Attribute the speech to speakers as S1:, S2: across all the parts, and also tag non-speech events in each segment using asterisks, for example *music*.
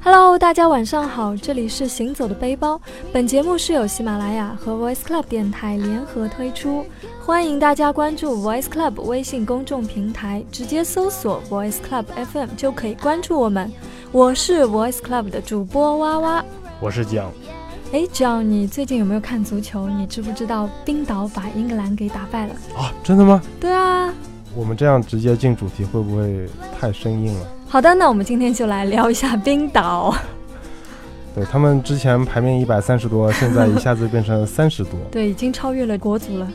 S1: Hello，大家晚上好，这里是行走的背包。本节目是由喜马拉雅和 Voice Club 电台联合推出，欢迎大家关注 Voice Club 微信公众平台，直接搜索 Voice Club FM 就可以关注我们。我是 Voice Club 的主播哇哇。
S2: 我是蒋，
S1: 哎，John，你最近有没有看足球？你知不知道冰岛把英格兰给打败了？
S2: 啊，真的吗？
S1: 对啊。
S2: 我们这样直接进主题会不会太生硬了？
S1: 好的，那我们今天就来聊一下冰岛。。
S2: 对他们之前排名一百三十多，现在一下子变 *laughs* 成三十多
S1: *laughs* 对，已经超越了国足了。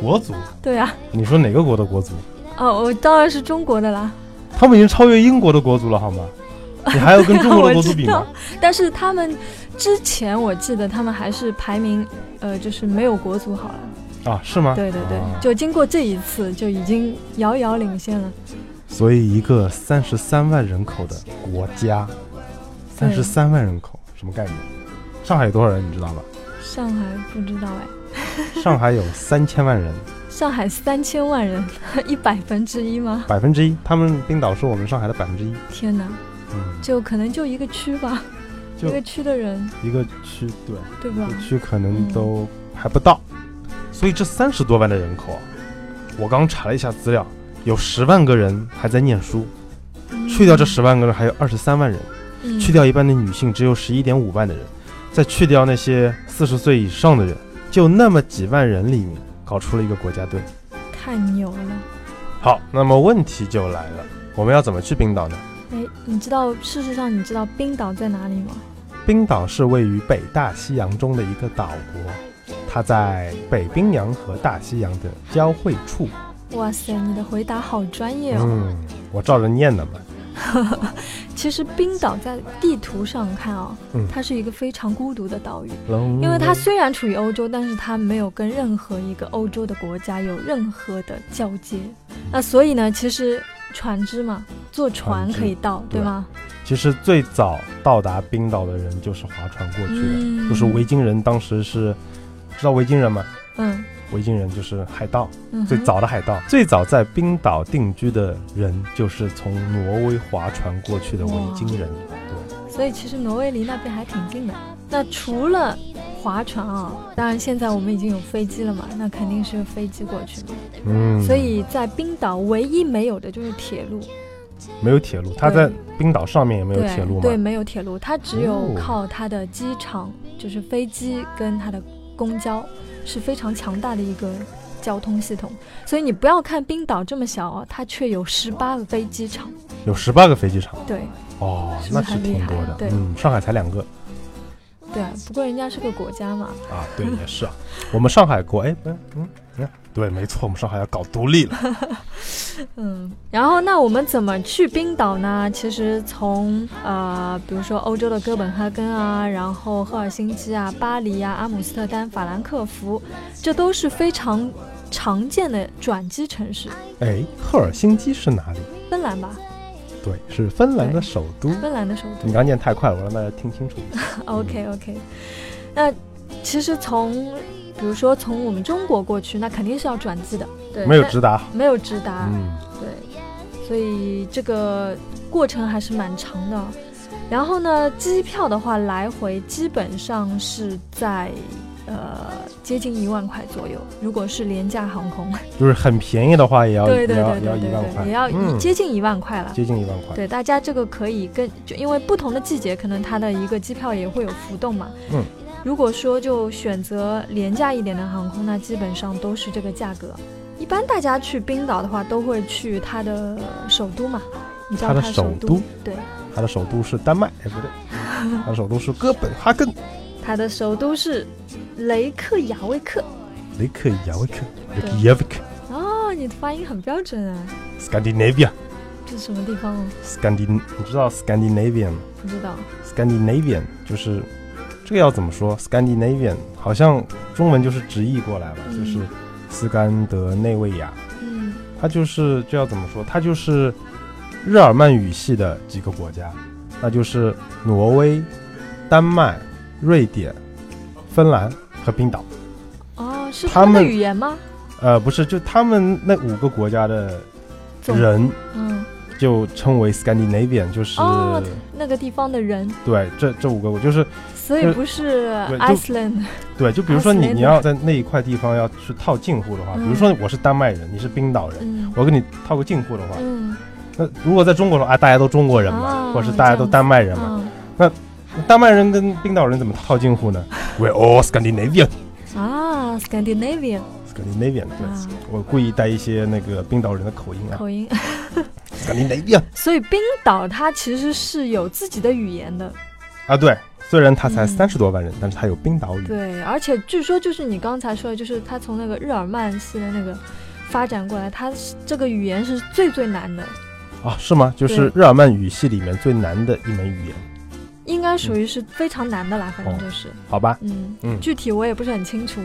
S2: 国足？
S1: 对啊，
S2: 你说哪个国的国足？
S1: 哦，我当然是中国的啦。
S2: 他们已经超越英国的国足了， *laughs* 好吗？你还要跟中国的国足比
S1: 我
S2: 吗
S1: 知？但是他们之前我记得他们还是排名，呃，就是没有国足好了。
S2: 啊，是吗？
S1: 对对对，
S2: 啊
S1: 就经过这一次，就已经遥遥领先了。
S2: 所以一个三十三万人口的国家，三十三万人口什么概念？上海有多少人你知道吧？
S1: 上海不知道哎，
S2: 上海有三千万人，
S1: 上海三千万人， *laughs* 一百分之一吗？
S2: 百分之一。他们冰岛是我们上海的百分之一。
S1: 天哪，
S2: 嗯，
S1: 就可能就一个区吧，
S2: 就
S1: 一个区的人，
S2: 一个区对。
S1: 对吧
S2: 地？区可能都还不到，所以这三十多万的人口啊，我刚查了一下资料，有十万个人还在念书，
S1: 嗯
S2: 去掉这十万个人，还有二十三万人，
S1: 嗯
S2: 去掉一半的女性，只有十一点五万的人，再去掉那些四十岁以上的人，就那么几万人里面搞出了一个国家队。
S1: 太牛了！
S2: 好，那么问题就来了，我们要怎么去冰岛呢？
S1: 哎，你知道，事实上你知道冰岛在哪里吗？
S2: 冰岛是位于北大西洋中的一个岛国，它在北冰洋和大西洋的交汇处。
S1: 哇塞，你的回答好专业哦！
S2: 嗯，我照着念的嘛。
S1: *laughs* 其实冰岛在地图上看啊、
S2: 嗯
S1: 它是一个非常孤独的岛屿，
S2: 因
S1: 因为
S2: 嗯
S1: 它虽然处于欧洲，但是它没有跟任何一个欧洲的国家有任何的交接。那所以呢，其实船只嘛，坐船
S2: 船只
S1: 可以到，
S2: 对
S1: 对吗？
S2: 其实最早到达冰岛的人就是划船过去的，
S1: 嗯
S2: 就是维京人。当时是知道维京人吗？
S1: 嗯
S2: 维京人就是海盗，
S1: 嗯哼，
S2: 最早的海盗。最早在冰岛定居的人就是从挪威划船过去的维京人。对，
S1: 所以其实挪威离那边还挺近的。那除了划船啊、当然现在我们已经有飞机了嘛，那肯定是飞机过去嘛。
S2: 嗯，
S1: 所以在冰岛唯一没有的就是铁路，
S2: 没有铁路，他在冰岛上面也没有
S1: 对
S2: 铁路嘛。
S1: 对，没有铁路，它只有
S2: 哦
S1: 靠它的机场，就是飞机跟它的公交是非常强大的一个交通系统。所以你不要看冰岛这么小啊，它却有十八个飞机场。
S2: 有十八个飞机场。
S1: 对
S2: 哦，
S1: 是不
S2: 那
S1: 是
S2: 是
S1: 很厉
S2: 挺
S1: 害
S2: 多的。
S1: 对
S2: 嗯，上海才两个
S1: 对，不过人家是个国家嘛，
S2: 啊。对，也是啊。我们上海国，哎，嗯嗯嗯，对，没错，我们上海要搞独立了。
S1: 嗯，然后那我们怎么去冰岛呢？其实从呃，比如说欧洲的哥本哈根啊，然后赫尔辛基啊、巴黎啊、阿姆斯特丹、法兰克福，这都是非常常见的转机城市。
S2: 哎，赫尔辛基是哪里？
S1: 芬兰吧，
S2: 嗯对，是芬兰的首都。
S1: 芬兰的首都。
S2: 你刚念太快了，我让大家听清楚。
S1: *laughs* OK
S2: 嗯
S1: OK，那其实从比如说从我们中国过去，那肯定是要转机的，对，
S2: 没有
S1: 那啊
S2: 直达。
S1: 没有直达，
S2: 嗯，
S1: 对，所以这个过程还是蛮长的。然后呢，机票的话，来回基本上是在呃接近一万块左右，如果是廉价航空，
S2: 就是很便宜的话，也要
S1: 对
S2: 也
S1: 对
S2: 要
S1: 对
S2: 也
S1: 对
S2: 要一万
S1: 对
S2: 块，
S1: 对，也要一
S2: 嗯
S1: 接近一万块了。
S2: 接近一万块。
S1: 对，大家这个可以跟，就因为不同的季节，可能它的一个机票也会有浮动嘛。
S2: 嗯。
S1: 如果说就选择廉价一点的航空，那基本上都是这个价格。一般大家去冰岛的话，都会去它的首都嘛，你知道
S2: 它的
S1: 的
S2: 首
S1: 都？
S2: 都
S1: 对，
S2: 它的首都是丹麦，
S1: *laughs*
S2: 哎不对，它的首都是哥本哈根。
S1: 它的首都是雷克雅未克。
S2: 雷克雅未克 r e y a v i k
S1: 哦，你的发音很标准啊，
S2: Scandinavia，Scandin，
S1: 这是什么地方哦？
S2: 你知道 Scandinavian 吗
S1: 不知道。
S2: Scandinavian 就是这个要怎么说？Scandinavian 好像中文就是直译过来了，
S1: 嗯
S2: 就是斯堪德内维亚。
S1: 嗯，
S2: 它就是这要怎么说？它就是日耳曼语系的几个国家，那就是挪威、丹麦、瑞典、芬兰和冰岛。
S1: 哦，是
S2: 他
S1: 们的
S2: 们
S1: 语言吗？
S2: 呃，不是，就他们那五个国家的
S1: 总
S2: 人
S1: 嗯
S2: 就称为 Scandinavian，就是、
S1: 哦那个地方的人，
S2: 对这这五个国，就是
S1: 所以
S2: 就
S1: 不是
S2: 对呃就
S1: Iceland
S2: 对，就比如说你
S1: Iceland
S2: 你要在那一块地方要去套近乎的话，比如说我是丹麦人，你是冰岛人，
S1: 嗯。
S2: 我跟你套个近乎的话，
S1: 嗯，
S2: 那如果在中国的话，啊大家都中国人嘛，
S1: 啊
S2: 或者是大家都丹麦人嘛，
S1: 啊
S2: 那丹麦人跟冰岛人怎么套近乎呢？We're all Scandinavian，Scandinavian，
S1: 啊，Scandinavian
S2: 对。
S1: 啊，
S2: 我故意带一些那个冰岛人的口音啊
S1: 口音， *laughs*
S2: ，Scandinavian
S1: 所以冰岛它其实是有自己的语言的，
S2: 啊，对，虽然他才
S1: 嗯
S2: 三十多万人，但是他有冰岛语，
S1: 对，而且据说就是你刚才说的，就是它从那个日耳曼系的那个发展过来，它是这个语言是最最难的，
S2: 啊，是吗？就是日耳曼语系里面最难的一门语言，
S1: 应该属于是非常难的啦，反正就是，
S2: 好吧？
S1: 嗯，
S2: 哦嗯
S1: 具体我也不是很清楚。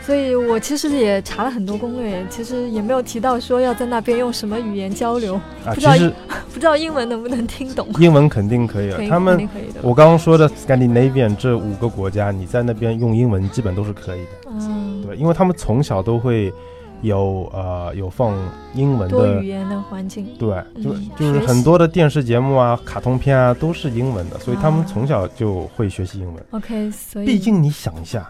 S1: 所以我其实也查了很多攻略，其实也没有提到说要在那边用什么语言交流，不
S2: 啊，其
S1: 知道
S2: 实
S1: 不知道英文能不能听懂。
S2: 英文肯定可
S1: *laughs*
S2: 以
S1: 可
S2: 了。
S1: 以，
S2: 啊他
S1: 肯
S2: 们
S1: 定可以的。
S2: 我刚刚说的 Scandinavian 这五个国家，你在那边用英文基本都是可以的，
S1: 嗯，
S2: 对，因为他们从小都会有呃有放英文
S1: 多
S2: 的
S1: 语。言的环境，
S2: 对，就
S1: 嗯
S2: 就是
S1: 学习
S2: 很多的电视节目啊、卡通片啊都是英文的，所以他们
S1: 啊
S2: 从小就会学习英文。
S1: OK，所以
S2: 毕竟你想一下，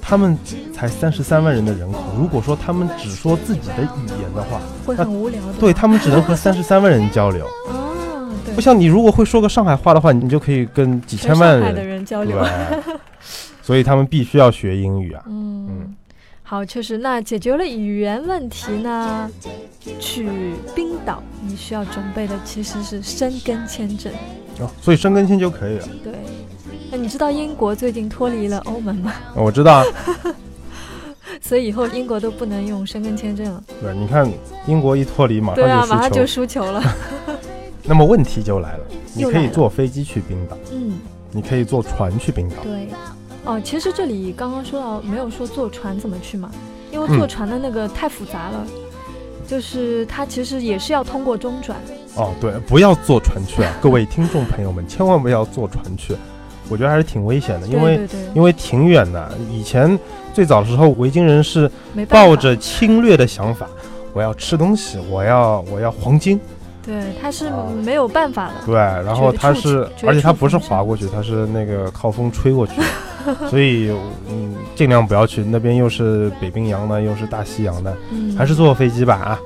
S2: 他们才三十三万人的人口，如果说他们只说自己的语言的话，
S1: 会很无聊的。
S2: 对他们只能和三十三万人交流。
S1: 啊，对
S2: 不，像你如果会说个上海话的话，你就可以跟几
S1: 全
S2: 千
S1: 上
S2: 万
S1: 海的
S2: 人
S1: 人交流。
S2: 对，所以他们必须要学英语啊。
S1: 嗯
S2: 嗯，
S1: 好，确实，那解决了语言问题呢，去冰岛你需要准备的其实是申根签证。
S2: 哦所以申根签就可以了。啊
S1: 对，那你知道英国最近脱离了欧盟吗？ *laughs*
S2: 哦我知道啊，
S1: 所以以后英国都不能用申根签证了。
S2: 对，你看英国一脱离，马
S1: 对啊，马
S2: 上
S1: 上
S2: 就
S1: 就
S2: 输球。
S1: 输球了。
S2: 那么问题就来了，你
S1: 又
S2: 可以
S1: 来了
S2: 坐飞机去冰岛，
S1: 嗯。
S2: 你可以坐船去冰岛。
S1: 对，哦，其实这里刚刚说到没有说坐船怎么去嘛，因为
S2: 嗯
S1: 坐船的那个太复杂了，就是它其实也是要通过中转。
S2: 哦，对，不要坐船
S1: *laughs*
S2: 去啊，各位听众朋友们，千万不要坐船去，我觉得还是挺危险的，因为
S1: 对对对，
S2: 因为挺远的。以前最早的时候，维京人是
S1: 没办法
S2: 抱着侵略的想法，我要吃东西，我要我要黄金，
S1: 对它是
S2: 啊
S1: 没有办法的。
S2: *laughs* 对，然后他是
S1: 绝，对
S2: 而且他
S1: 触
S2: 不是
S1: 风
S2: 滑过去，他是那个靠风吹
S1: *laughs*
S2: 过去，所以嗯，尽量不要去那边，又是北冰洋的，又是大西洋的，
S1: 嗯，
S2: 还是坐飞机吧啊。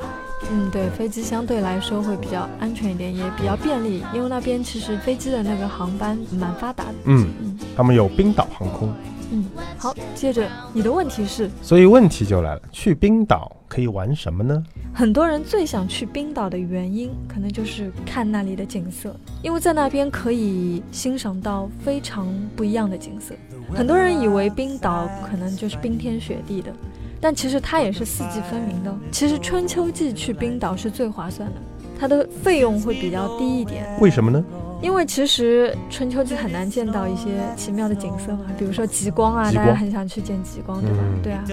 S1: 嗯，对，飞机相对来说会比较安全一点，也比较便利，因为那边其实飞机的那个航班蛮发达的。
S2: 嗯，
S1: 嗯
S2: 他们有冰岛航空。
S1: 嗯，好，接着你的问题是，
S2: 所以问题就来了，去冰岛可以玩什么呢？
S1: 很多人最想去冰岛的原因，可能就是看那里的景色，因为在那边可以欣赏到非常不一样的景色。很多人以为冰岛可能就是冰天雪地的，但其实它也是四季分明的。其实春秋季去冰岛是最划算的，它的费用会比较低一点，
S2: 为什么呢？
S1: 因为其实春秋季很难见到一些奇妙的景色嘛，比如说极光啊，
S2: 极
S1: 大
S2: 光
S1: 家很想去见极光，对吧？
S2: 嗯
S1: 对啊。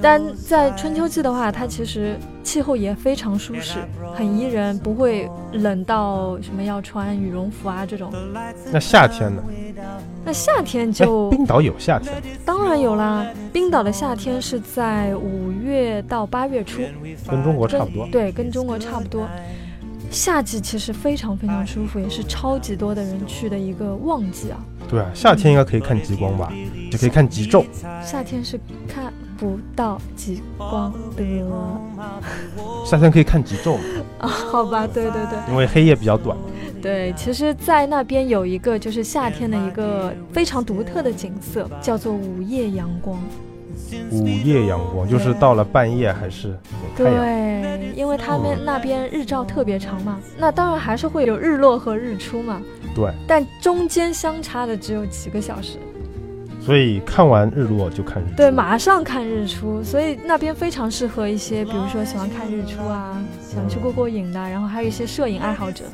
S1: 但在春秋季的话，它其实气候也非常舒适，很宜人，不会冷到什么要穿羽绒服啊这种。
S2: 那夏天呢？
S1: 那夏天
S2: 哎
S1: 就，
S2: 冰岛有夏天
S1: 当然有啦，冰岛的夏天是在五月到八月初，
S2: 跟中国
S1: 跟
S2: 差不多。
S1: 对，跟中国差不多。夏季其实非常非常舒服，也是超级多的人去的一个旺季啊。
S2: 对啊，夏天应该可以看极光吧？也可以看极昼。
S1: 夏天是看不到极光的
S2: 夏天可以看极昼嘛，
S1: 啊， *laughs* 好吧，对对对
S2: 因为黑夜比较短。
S1: 对，其实，在那边有一个就是夏天的一个非常独特的景色，叫做午夜阳光。
S2: 午夜阳光就是到了半夜还是有太阳。
S1: 对，因为他们那边日照特别长嘛，那当然还是会有日落和日出嘛，
S2: 对，
S1: 但中间相差的只有几个小时。
S2: 所以看完日落就看日出。
S1: 对，马上看日出，所以那边非常适合一些，比如说喜欢看日出啊，想去过过瘾的，然后还有一些摄影爱好者。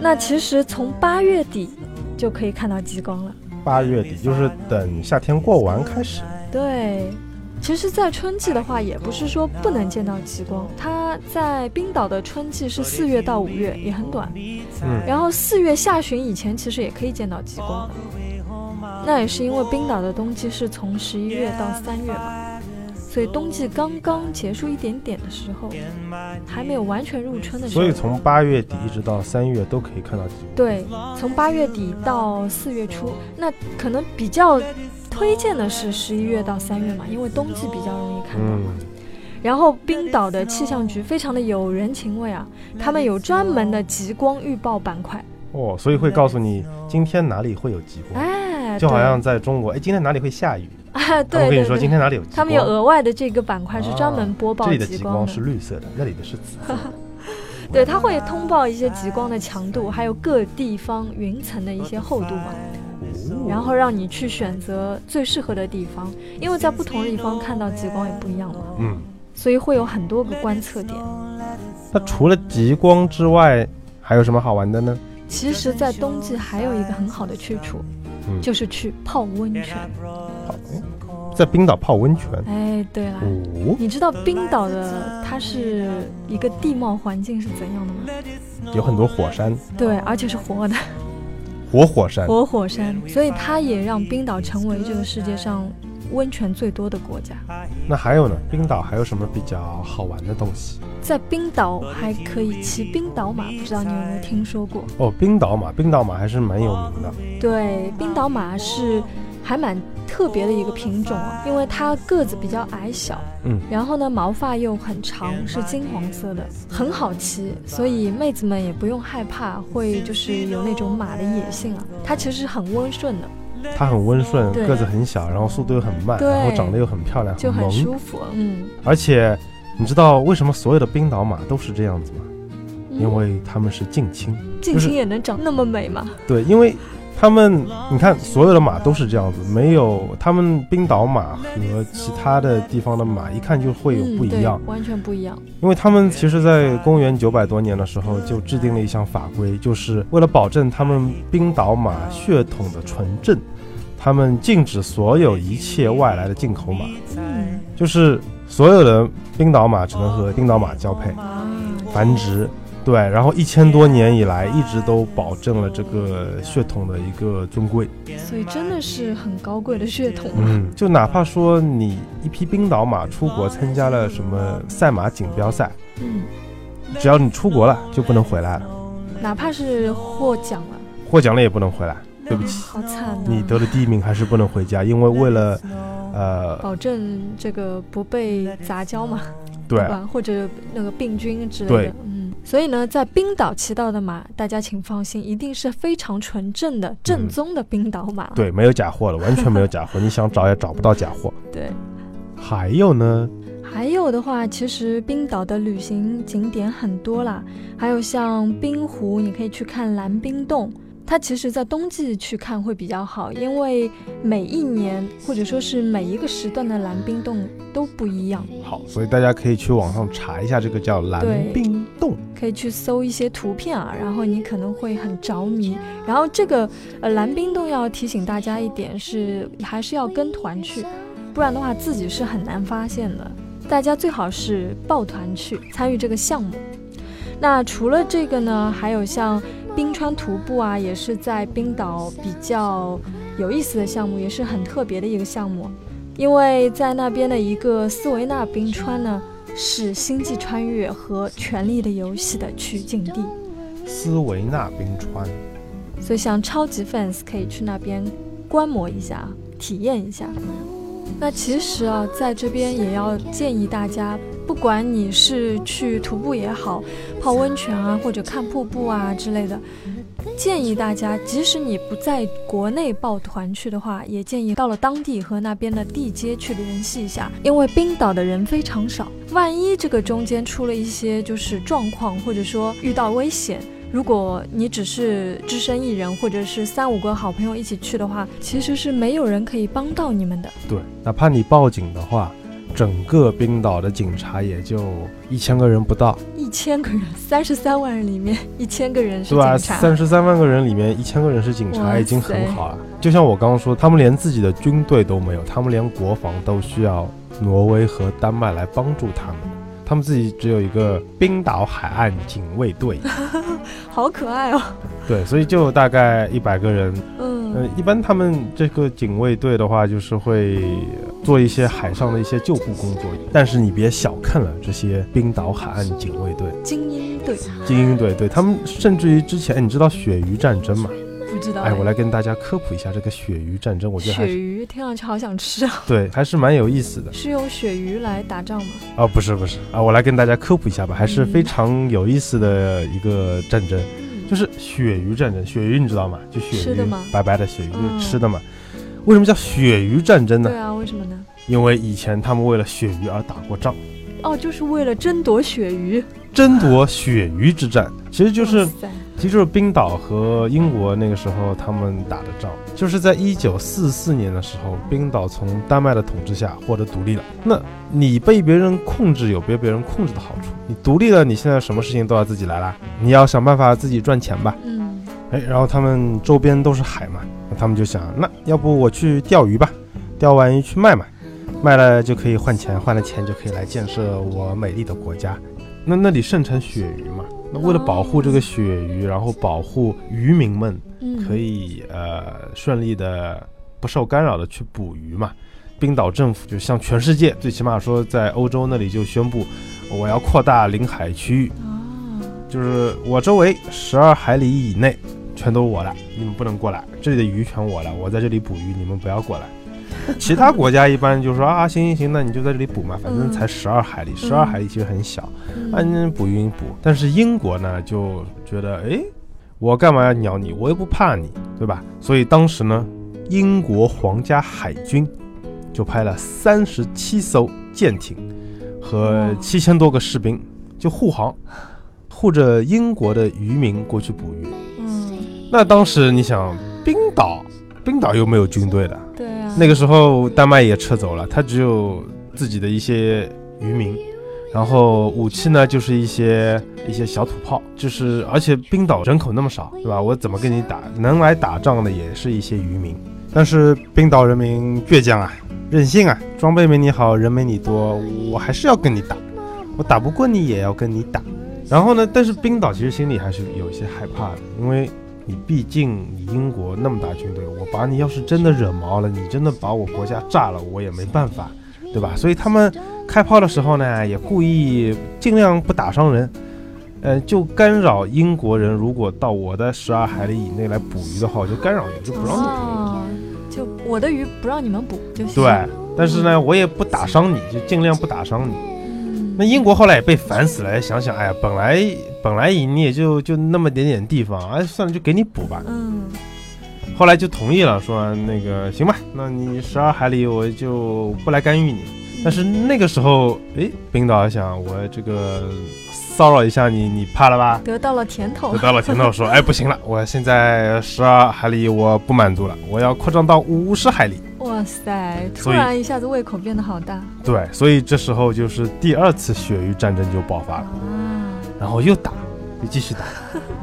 S1: 那其实从八月底就可以看到极光了。
S2: 八月底就是等夏天过完开始。
S1: 对，其实，在春季的话，也不是说不能见到极光，它在冰岛的春季是四月到五月，也很短。
S2: 嗯，
S1: 然后四月下旬以前，其实也可以见到极光的。那也是因为冰岛的冬季是从十一月到三月嘛，所以冬季刚刚结束一点点的时候，还没有完全入春的时候，
S2: 所以从八月底一直到三月都可以看到极光。
S1: 对，从八月底到四月初，那可能比较推荐的是十一月到三月嘛，因为冬季比较容易看到。
S2: 嗯，
S1: 然后冰岛的气象局非常的有人情味啊，他们有专门的极光预报板块。
S2: 哦，所以会告诉你今天哪里会有极光，
S1: 哎，
S2: 就好
S1: 对
S2: 像在中国，哎，今天哪里会下雨，
S1: 啊，
S2: 他们
S1: 对
S2: 跟
S1: 对
S2: 你说今
S1: 对，
S2: 天哪里有极光。
S1: 他们有额外的这个板块是专门播
S2: 这
S1: 报
S2: 里的
S1: 极
S2: 极
S1: 光
S2: 光
S1: 的。
S2: 是绿色的，那里的是紫色的。
S1: 对，它会通报一些极光的强度，还有各地方云层的一些厚度嘛，
S2: 哦
S1: 然后让你去选择最适合的地方，因为在不同的地方看到极光也不一样嘛，
S2: 嗯，
S1: 所以会有很多个观测点。
S2: 那除了极光之外，还有什么好玩的呢？
S1: 其实，在冬季还有一个很好的去处，
S2: 嗯
S1: 就是去泡温泉。
S2: 在冰岛泡温泉。
S1: 哎，对了。
S2: 哦，
S1: 你知道冰岛的它是一个地貌环境是怎样的吗？
S2: 有很多火山，
S1: 对，而且是活的，
S2: 活火山。
S1: 活火山，所以它也让冰岛成为这个世界上温泉最多的国家。
S2: 那还有呢？冰岛还有什么比较好玩的东西？
S1: 在冰岛还可以骑冰岛马，不知道你有没有听说过？
S2: 哦，冰岛马，冰岛马还是蛮有名的。
S1: 对，冰岛马是还蛮特别的一个品种啊，因为它个子比较矮小，
S2: 嗯，
S1: 然后呢毛发又很长，是金黄色的，很好骑，所以妹子们也不用害怕会就是有那种马的野性啊，它其实很温顺的，
S2: 它很温顺，
S1: 对
S2: 个子很小，然后速度又很慢，
S1: 对
S2: 然后长得又很漂亮，
S1: 就很
S2: 萌。
S1: 舒服，嗯，
S2: 而且，你知道为什么所有的冰岛马都是这样子吗？
S1: 嗯
S2: 因为它们是近亲。
S1: 近
S2: 就是
S1: 亲也能长那么美吗？
S2: 对，因为他们，你看，所有的马都是这样子，没有他们冰岛马和其他的地方的马一看就会有
S1: 嗯
S2: 不一
S1: 对
S2: 样，
S1: 完全不一样，
S2: 因为他们其实，在公元九百多年的时候就制定了一项法规，就是为了保证他们冰岛马血统的纯正，他们禁止所有一切外来的进口马，
S1: 嗯
S2: 就是所有的冰岛马只能和冰岛马交配。
S1: 啊，
S2: 繁殖。对，然后一千多年以来一直都保证了这个血统的一个尊贵。
S1: 所以真的是很高贵的血统。啊
S2: 嗯，就哪怕说你一匹冰岛马出国参加了什么赛马锦标赛，
S1: 嗯，
S2: 只要你出国了就不能回来了，
S1: 哪怕是获奖了，嗯
S2: 获奖了也不能回来。对不起，
S1: 好惨啊呐、
S2: 你得了第一名还是不能回家，因为为了，呃，
S1: 保证这个不被杂交嘛，
S2: 对，
S1: 吧？ *laughs* 或者那个病菌之类
S2: 对
S1: 的，嗯。所以呢，在冰岛骑到的马，大家请放心，一定是非常纯正的、正宗的冰岛马。
S2: 对，没有假货了，完全没有假货，你 *laughs* 想找也找不到假货。
S1: 对
S2: 还有呢，
S1: 还有的话，其实冰岛的旅行景点很多啦，还有像冰湖，你可以去看蓝冰洞。它其实，在冬季去看会比较好，因为每一年或者说是每一个时段的蓝冰洞都不一样，
S2: 好，所以大家可以去网上查一下这个叫蓝
S1: 对
S2: 冰洞。
S1: 可以去搜一些图片啊，然后你可能会很着迷。然后这个呃蓝冰洞要提醒大家一点是，还是要跟团去，不然的话自己是很难发现的。大家最好是抱团去参与这个项目。那除了这个呢，还有像冰川徒步啊，也是在冰岛比较有意思的项目，也是很特别的一个项目。因为在那边的一个斯维纳冰川呢，是《星际穿越》和《权力的游戏》的取景地，
S2: 斯维纳冰川。
S1: 所以像超级 fans 可以去那边观摩一下，体验一下。那其实啊，在这边也要建议大家，不管你是去徒步也好，泡温泉啊，或者看瀑布啊之类的，建议大家，即使你不在国内抱团去的话，也建议到了当地和那边的地接去联系一下，因为冰岛的人非常少，万一这个中间出了一些就是状况，或者说遇到危险。如果你只是只身一人，或者是三五个好朋友一起去的话，其实是没有人可以帮到你们的。
S2: 对，哪怕你报警的话，整个冰岛的警察也就一千个人不到，
S1: 一千个人，三十三万人里面一千个人是
S2: 对吧？
S1: 警察，
S2: 三十三万个人里面，一千个人是警
S1: 哇
S2: 察，
S1: 塞
S2: 已经很好了。就像我刚刚说，他们连自己的军队都没有，他们连国防都需要挪威和丹麦来帮助他们。他们自己只有一个冰岛海岸警
S1: *laughs*
S2: 卫队，
S1: 好可爱哦。
S2: 对，所以就大概一百个人。
S1: 嗯，
S2: 呃，一般他们这个警卫队的话，就是会做一些海上的一些救护工作。但是你别小看了这些冰岛海岸警卫队、
S1: 精英队
S2: 精英队，对他们甚至于之前哎你知道鳕鱼战争吗？
S1: 不知道
S2: 哎，我来跟大家科普一下这个鳕鱼战争，我觉得还
S1: 鳕
S2: 是
S1: 鱼，听上去好想吃
S2: *laughs*
S1: 啊！
S2: 对，还是蛮有意思的。
S1: 是用鳕鱼来打仗吗？
S2: 啊，不是不是啊，我来跟大家科普一下吧，还是非
S1: 嗯
S2: 常有意思的一个战争，就是鳕鱼战争。鳕鱼你知道吗？就鳕
S1: 吃
S2: 鱼
S1: 的吗，
S2: 白白的鳕鱼就是
S1: 嗯
S2: 吃的嘛。为什么叫鳕鱼战争呢
S1: 对？啊，为什么呢？
S2: 因为以前他们为了鳕鱼而打过仗，
S1: 哦，就是为了争夺鳕鱼，
S2: 争夺鳕鱼之战，其实就是
S1: 哇塞
S2: 其实就是冰岛和英国那个时候他们打的仗，就是在一九四四年的时候，冰岛从丹麦的统治下获得独立了。那你被别人控制有被别人控制的好处，你独立了，你现在什么事情都要自己来啦，你要想办法自己赚钱吧。
S1: 嗯，
S2: 哎，然后他们周边都是海嘛，那他们就想，那要不我去钓鱼吧，钓完鱼去卖嘛，卖了就可以换钱，换了钱就可以来建设我美丽的国家。那那里盛产鳕鱼嘛，那为了保护这个鳕鱼，然后保护渔民们
S1: 嗯
S2: 可以呃顺利的不受干扰的去捕鱼嘛，冰岛政府就向全世界，最起码说在欧洲那里就宣布，我要扩大领海区域，
S1: 啊，
S2: 就是我周围十二海里以内全都是我的，你们不能过来，这里的鱼全我的，我在这里捕鱼，你们不要过来。其他国家一般就说啊，行行行，那你就在这里捕嘛，反正才十二海里，十二海里其实很小，
S1: 嗯
S2: 啊，你捕鱼你捕。但是英国呢就觉得，诶，我干嘛要鸟你？我又不怕你，对吧？所以当时呢，英国皇家海军就派了三十七艘舰艇和
S1: 哇
S2: 七千多个士兵，就护航，护着英国的渔民过去捕鱼。
S1: 嗯，
S2: 那当时你想，冰岛，冰岛又没有军队的，
S1: 对啊，
S2: 那个时候丹麦也撤走了，他只有自己的一些渔民，然后武器呢就是一些一些小土炮，就是而且冰岛人口那么少，对吧？我怎么跟你打？能来打仗的也是一些渔民，但是冰岛人民倔强啊，任性啊，装备没你好，人没你多，我还是要跟你打，我打不过你也要跟你打。然后呢，但是冰岛其实心里还是有一些害怕的，因为你毕竟你英国那么大军队，我把你要是真的惹毛了，你真的把我国家炸了，我也没办法，对吧？所以他们开炮的时候呢，也故意尽量不打伤人，呃，就干扰英国人。如果到我的十二海里以内来捕鱼的话，我就干扰你，就不让你捕。
S1: 哦，就我的鱼不让你们捕就行。
S2: 对，但是呢，我也不打伤你，就尽量不打伤你。
S1: 嗯，
S2: 那英国后来也被烦死了，也想想，哎呀，本来本来你也就就那么点点地方，哎，算了，就给你补吧。
S1: 嗯，
S2: 后来就同意了，说那个行吧，那你十二海里我就不来干预你。但是那个时候，哎，冰岛想我这个骚扰一下你，你怕
S1: *laughs*
S2: 了吧？
S1: 得到了甜头
S2: 得。到了甜头说，哎，不行了，我现在十二海里我不满足了，我要扩张到五十海里。
S1: 哇塞，突
S2: 所以
S1: 然一下子胃口变得好大
S2: 对，所以这时候就是第二次鳕鱼战争就爆发了。
S1: 啊！
S2: 然后又打，又继续打。 *laughs*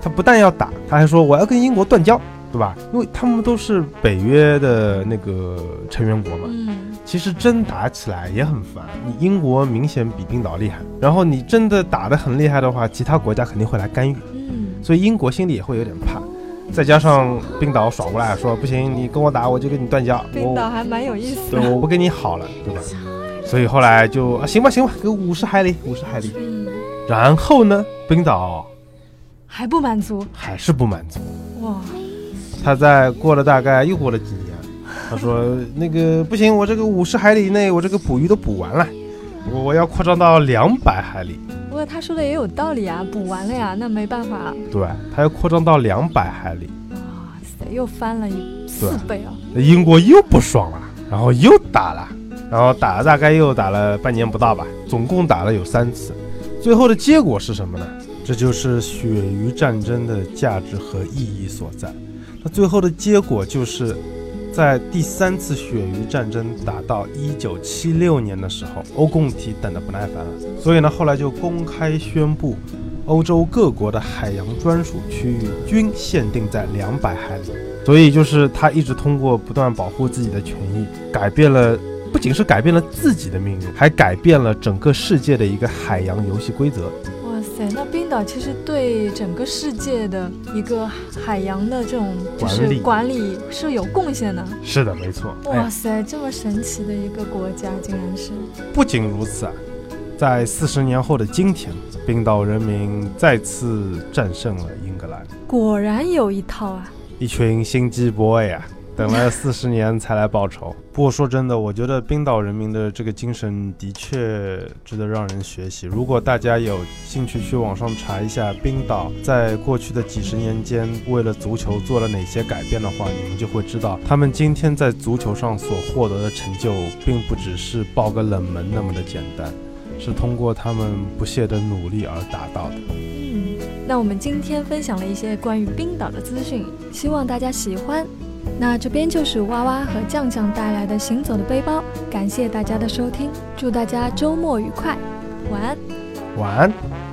S2: 他不但要打，他还说我要跟英国断交，对吧？因为他们都是北约的那个成员国嘛。
S1: 嗯，
S2: 其实真打起来也很烦，你英国明显比冰岛厉害，然后你真的打得很厉害的话，其他国家肯定会来干预，
S1: 嗯，
S2: 所以英国心里也会有点怕。再加上冰岛耍无赖，说不行，你跟我打，我就跟你断交。
S1: 冰
S2: 我
S1: 岛还蛮有意思
S2: 对，
S1: 的。
S2: 我不跟你好了，对吧？所以后来就、啊、行吧，行吧，给五十海里，五十海里。
S1: 嗯，
S2: 然后呢，冰岛
S1: 还不满足
S2: 还是不满足。
S1: 哇！
S2: 他在过了大概又过了几年，他说那个不行，我这个五十海里内我这个捕鱼都捕完了，我我要扩张到两百海里。
S1: 不过他说的也有道理啊，补完了呀，那没办法啊。
S2: 对，他要扩张到两百海里，
S1: 哇塞，又翻了一四倍啊！
S2: 那英国又不爽了，然后又打了，然后打了大概又打了半年不到吧，总共打了有三次，最后的结果是什么呢？这就是鳕鱼战争的价值和意义所在。那最后的结果就是，在第三次鳕鱼战争打到一九七六年的时候，欧共体等得不耐烦了，所以呢，后来就公开宣布，欧洲各国的海洋专属区域均限定在两百海里。所以就是他一直通过不断保护自己的权益，改变了，不仅是改变了自己的命运，还改变了整个世界的一个海洋游戏规则。
S1: 哇塞，那冰岛其实对整个世界的一个海洋的这种就
S2: 管理哎
S1: 是管理是有贡献的。
S2: 是的，没错。
S1: 哇塞，这么神奇的一个国家，竟然是
S2: 不仅如此啊，在四十年后的今天，冰岛人民再次战胜了英格兰。
S1: 果然有一套啊！
S2: 一群心机 boy 啊，等了四十年才来报仇。 *laughs* 不过说真的，我觉得冰岛人民的这个精神的确值得让人学习。如果大家有兴趣去网上查一下冰岛在过去的几十年间为了足球做了哪些改变的话，你们就会知道，他们今天在足球上所获得的成就，并不只是爆个冷门那么的简单，是通过他们不懈的努力而达到的。
S1: 嗯，那我们今天分享了一些关于冰岛的资讯，希望大家喜欢。那这边就是哇哇和酱酱带来的《行走的背包》，感谢大家的收听，祝大家周末愉快，晚安。
S2: 晚安。